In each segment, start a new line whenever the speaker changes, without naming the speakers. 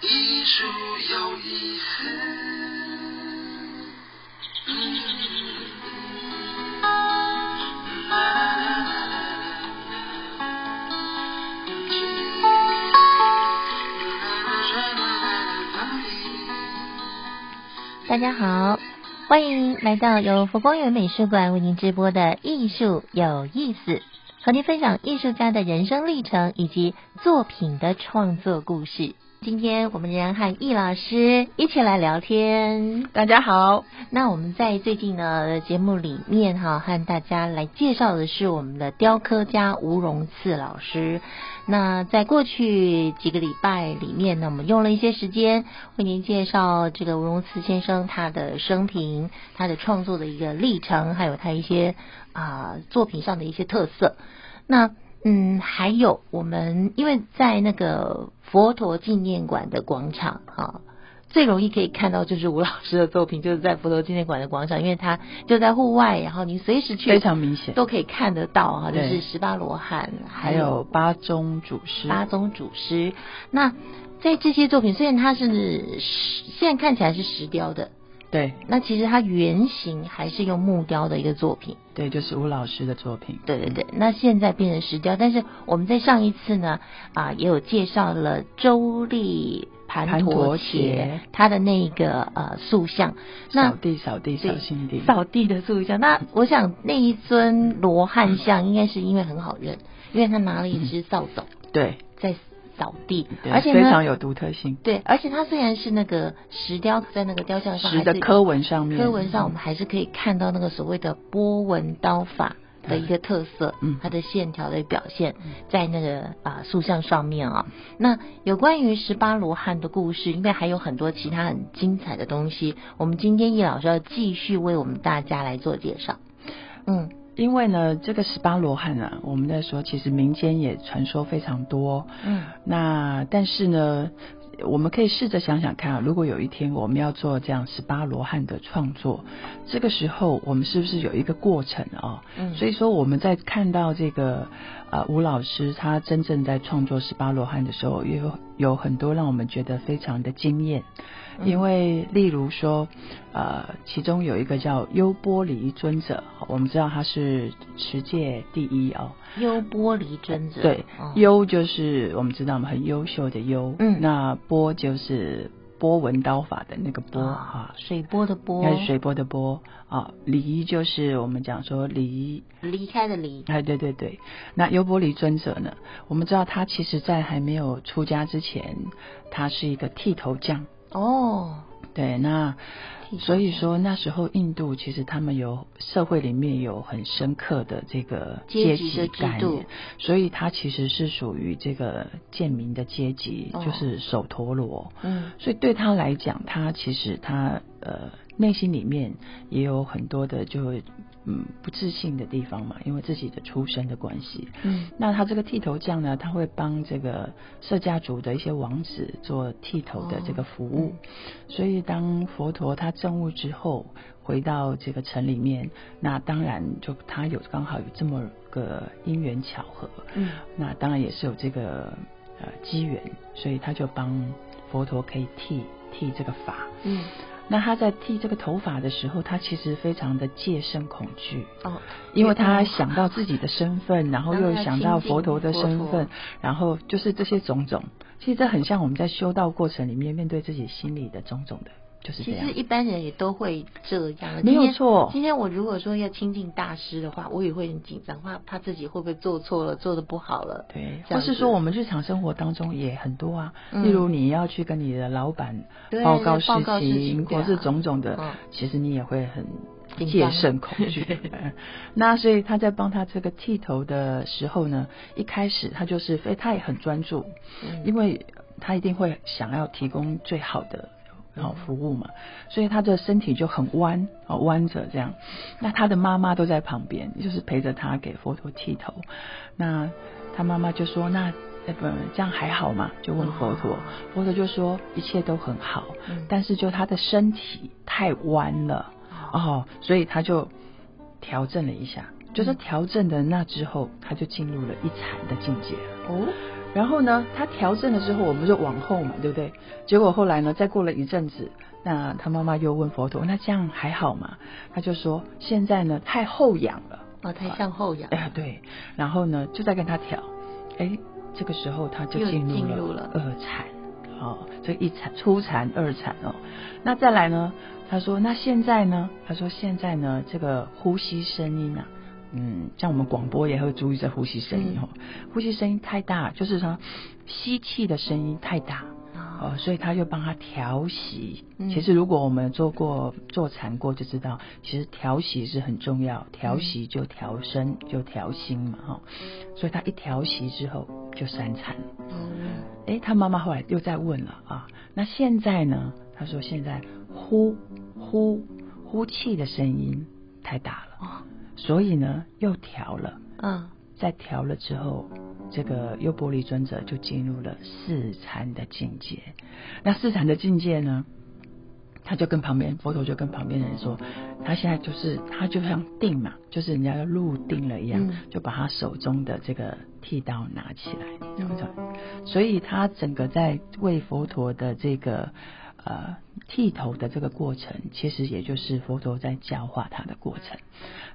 艺术有意思。
大家好，欢迎来到由佛光园美术馆为您直播的《艺术有意思》，和您分享艺术家的人生历程以及作品的创作故事。今天我们仍然和易老师一起来聊天。
大家好，
那我们在最近呢节目里面哈、和大家来介绍的是我们的雕刻家吴荣次老师。那在过去几个礼拜里面呢，我们用了一些时间为您介绍这个吴荣次先生他的生平、他的创作的一个历程，还有他一些啊、作品上的一些特色。那嗯，还有我们因为在那个佛陀纪念馆的广场哈、最容易可以看到就是吴老师的作品，就是在佛陀纪念馆的广场，因为它就在户外，然后你随时去
非常明显，
都可以看得到哈，就
对
是十八罗汉，
还有八中主师，
八宗祖师。那在这些作品，虽然它是石现在看起来是石雕的，
对
那其实它原型还是用木雕的一个作品。
对，就是吴老师的作品，
对对对，那现在变成石雕，但是我们在上一次呢，啊，也有介绍了周丽盘
盘
陀
陀
伽
伽
他的那个呃塑像，那
扫地扫地
对
小心地，
扫地的塑像。那我想那一尊罗汉像应该是因为很好认，因为他拿了一只扫帚
对
在扫地，
嗯对，
而且
非
呢
常，有独特性。
对，而且它虽然是那个石雕，在那个雕像上
石的
还是
科文上面，
科文上，我们还是可以看到那个所谓的波纹刀法的一个特色，
嗯
它的线条的表现在那个啊、塑像上面啊、那有关于十八罗汉的故事，因为还有很多其他很精彩的东西，我们今天易老师要继续为我们大家来做介绍。嗯，
因为呢，这个十八罗汉啊，我们在说，其实民间也传说非常多。
嗯，
那但是呢，我们可以试着想想看啊，如果有一天我们要做这样十八罗汉的创作，这个时候我们是不是有一个过程啊、
嗯
所以说我们在看到这个呃吴老师他真正在创作十八罗汉的时候，也有有很多让我们觉得非常的惊艳。因为例如说，呃，其中有一个叫优波离尊者，我们知道他是持戒第一哦，
优波离尊者，
对
哦，
优就是我们知道我们很优秀的优，
嗯
那波就是波纹刀法的那个波
啊
啊，，
水波的波
应，该是水波的波啊，离就是我们讲说离
离开的离，
哎，对对对，那优波离尊者呢？我们知道他其实在还没有出家之前，他是一个剃头匠。
哦，
对，那
剃头
所以说那时候印度其实他们有社会里面有很深刻的这个
阶级
级
的制
概
度
念，所以他其实是属于这个贱民的阶级，
哦
就是首陀罗。
嗯
所以对他来讲，他其实他呃内心里面也有很多的就嗯不自信的地方嘛，因为自己的出身的关系。
嗯
那他这个剃头匠呢，他会帮这个社家族的一些王子做剃头的这个服务。
哦
所以当佛陀他证悟之后，回到这个城里面，那当然就他有刚好有这么个因缘巧合，
嗯，
那当然也是有这个呃机缘，所以他就帮佛陀可以剃剃这个发。
嗯，
那他在剃这个头发的时候，他其实非常的戒慎恐惧，
哦，
因为他想到自己的身份，然后又想到佛陀的身
然后他亲近佛
份
陀，
然后就是这些种种，其实这很像我们在修道过程里面面对自己心里的种种的，就是这
其
样
实。一般人也都会这样，
没
今
有
天
错
今天我如果说要亲近大师的话，我也会很紧张，怕怕自己会不会做错了，做的不好了。
对，
这
或
样子
是说我们日常生活当中也很多啊，
嗯
例如你要去跟你的老板
对
报告事
报告事情
情，
对啊
或是种种的，
嗯
其实你也会很
紧
戒
张
慎恐惧。 那所以他在帮他这个剃头的时候呢，一开始他就是非他也很专注，
嗯
因为他一定会想要提供最好的。好服务嘛，所以他的身体就很弯，哦弯着这样。那他的妈妈都在旁边，就是陪着他给佛陀剃头。那他妈妈就说：“那呃不这样还好嘛？”就问佛陀，佛陀就说：“一切都很好，
嗯
但是就他的
嗯
身体太弯了哦，所以他就调整了一下。就是调正的那之后，他就进入了一禅的境界了。
哦，
然后呢，他调正了之后，我们就往后嘛，对不对？结果后来呢，再过了一阵子，那他妈妈又问佛陀：“那这样还好吗？”他就说：“现在呢，太后仰了。
哦，太向后仰，
哎，对。然后呢，就在跟他调。哎，这个时候他就
又
进入
进入了
了二禅。哦，这一禅、初禅、二禅哦。那再来呢？他说：“那现在呢？”他说：“现在呢，这个呼吸声音啊，嗯，像我们广播也会注意这呼吸声音哦。
嗯
呼吸声音太大，就是说吸气的声音太大。”
哦
哦，所以他就帮他调息。
嗯
其实如果我们做过做禅过，就知道其实调息是很重要，调息就调身，就调心嘛，哈、所以他一调息之后就三禅。
哦，
诶，他妈妈后来又再问了啊，那现在呢？他说现在呼呼呼气的声音太大了，
哦
所以呢又调了，
嗯，
再调了之后，这个优波离尊者就进入了四禅的境界。那四禅的境界呢，他就跟旁边佛陀就跟旁边人说，他现在就是他就像定嘛，就是人家要入定了一样，
嗯
就把他手中的这个剃刀拿起来，然后就，所以他整个在为佛陀的这个。呃，剃头的这个过程，其实也就是佛陀在教化他的过程。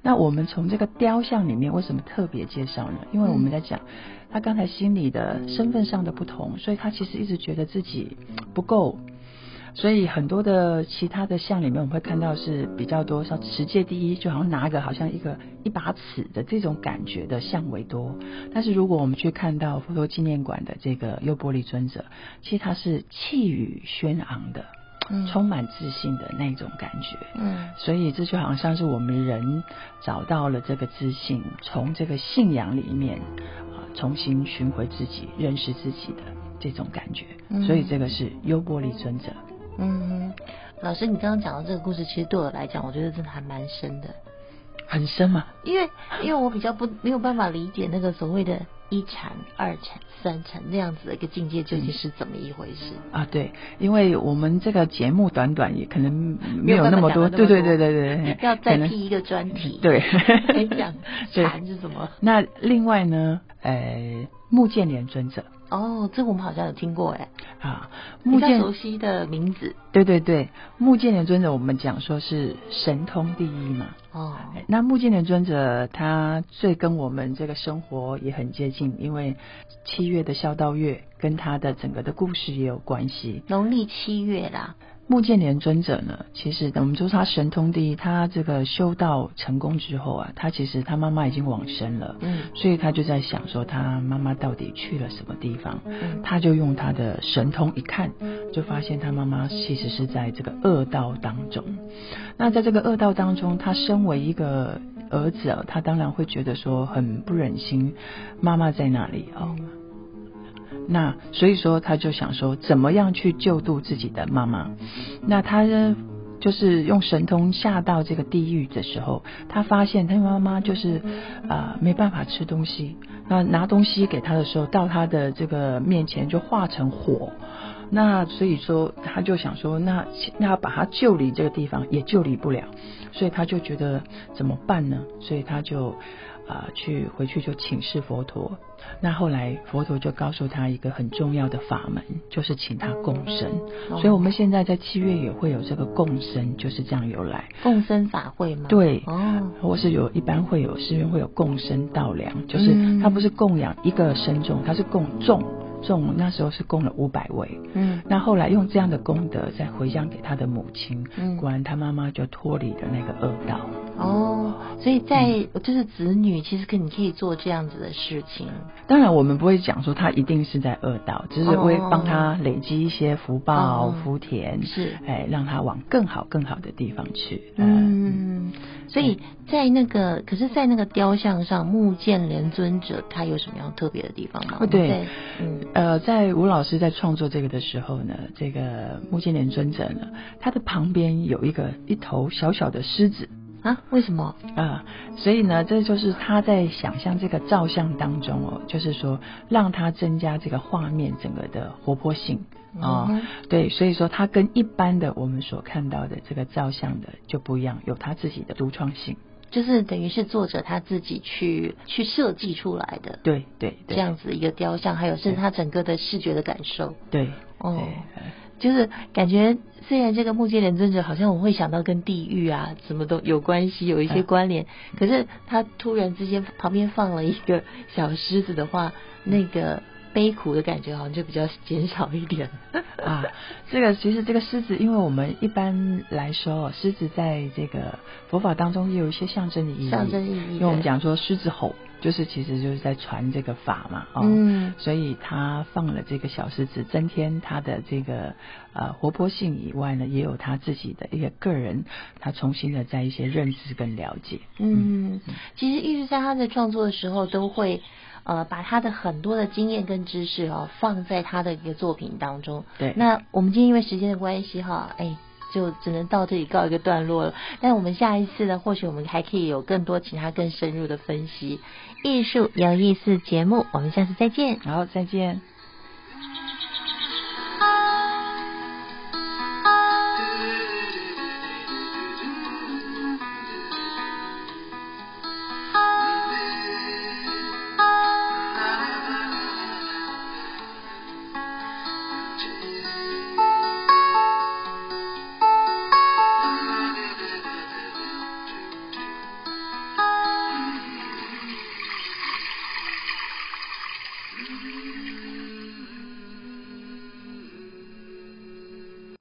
那我们从这个雕像里面，为什么特别介绍呢？因为我们在讲他刚才心里的身份上的不同，所以他其实一直觉得自己不够。所以很多的其他的像里面，我们会看到是比较多像十界第一，就好像拿一个好像一个一把尺的这种感觉的像为多。但是如果我们去看到佛陀纪念馆的这个优波离尊者，其实他是气宇轩昂的，
嗯
充满自信的那种感觉。
嗯
所以这就好像是我们人找到了这个自信，从这个信仰里面啊、重新寻回自己、认识自己的这种感觉。
嗯
所以这个是优波离尊者。
嗯，老师，你刚刚讲到这个故事，其实对我来讲，我觉得真的还蛮深的，
很深嘛，
因为因为我比较不没有办法理解那个所谓的一禅、二禅、三禅那样子的一个境界究竟是怎么一回事。
啊，对，因为我们这个节目短短，也可能没有
办
那
法
么
讲
多，
到
对对对对对，
要再
可能
辟一个专题，
对，
跟你讲
对
禅是什么？
那另外呢，呃，木建连尊者
哦，这个我们好像有听过哎，
啊，
比
木
较
建
熟悉的名字
对对对，木建连尊者我们讲说是神通第一嘛，
哦，
哎那木建连尊者他最跟我们这个生活也很接近，因为七月的孝道月跟他的整个的故事也有关系。
农历七月啦，
木建连尊者呢，其实我们说他神通第一，他这个修道成功之后啊，他其实他妈妈已经往生了，
嗯
所以他就在想说他妈妈到底去了什么地方，
嗯
他就用他的神通一看，就发现他妈妈其实是在这个恶道当中。那在这个恶道当中，他身为一个儿子啊，他当然会觉得说很不忍心，妈妈在哪里哦？那所以说，他就想说，怎么样去救度自己的妈妈？那他呢就是用神通下到这个地狱的时候，他发现他妈妈就是啊、没办法吃东西，那拿东西给他的时候，到他的这个面前就化成火。那所以说，他就想说，那那要把他救离这个地方也救离不了，所以他就觉得怎么办呢？所以他就啊、去回去就请示佛陀。那后来佛陀就告诉他一个很重要的法门，就是请他共生。
哦
所以我们现在在七月也会有这个共生，就是这样由来。
共生法会吗？
对
哦，
或是有一般会有寺院会有共生稻粮，就是
嗯
它不是供养一个僧众，它是供众众，那时候是供了五百位。
嗯
那后来用这样的功德再回向给他的母亲，
嗯
果然他妈妈就脱离了那个恶道。
哦，所以在就是子女，其实可你可以做这样子的事情，
当然，我们不会讲说他一定是在恶道，只是会
哦
帮他累积一些福报、
哦
福田，
是
哎，让他往更好、更好的地方去。呃，
嗯，所以在那个，可是，在那个雕像上，木剑连尊者他有什么样特别的地方吗？
哦对
我们在，嗯
呃，在吴老师在创作这个的时候呢，这个木建连尊者呢，他的旁边有一个一头小小的狮子
啊，为什么？
啊、所以呢，这就是他在想象这个照相当中哦，就是说让他增加这个画面整个的活泼性
嗯
啊、
哼
对，所以说他跟一般的我们所看到的这个照相的就不一样，有他自己的独创性。
就是等于是作者他自己去去设计出来的
对对
这
对，
样子一个雕像，还有甚至
对
他整个的视觉的感受，
对
哦
对哎
就是感觉虽然这个木阶连尊者好像我会想到跟地狱啊什么都有关系，有一些
嗯
关联，可是他突然之间旁边放了一个小狮子的
嗯
话，那个悲苦的感觉好像就比较减少一点。
啊，这个其实这个狮子，因为我们一般来说，狮子在这个佛法当中也有一些象征的意义，
象征意义
嗯因为我们
对
讲说狮子吼，就是其实就是在传这个法嘛，哦，
嗯
所以他放了这个小狮子，增添他的这个呃活泼性以外呢，也有他自己的一个个人，他重新的在一些认知跟了解，
嗯，其实艺术家他在创作的时候都会。呃，把他的很多的经验跟知识哦，放在他的一个作品当中。
对
那我们今天因为时间的关系哈，哎，就只能到这里告一个段落了。但我们下一次呢，或许我们还可以有更多其他更深入的分析。艺术有意思节目，我们下次再见。
然后再见。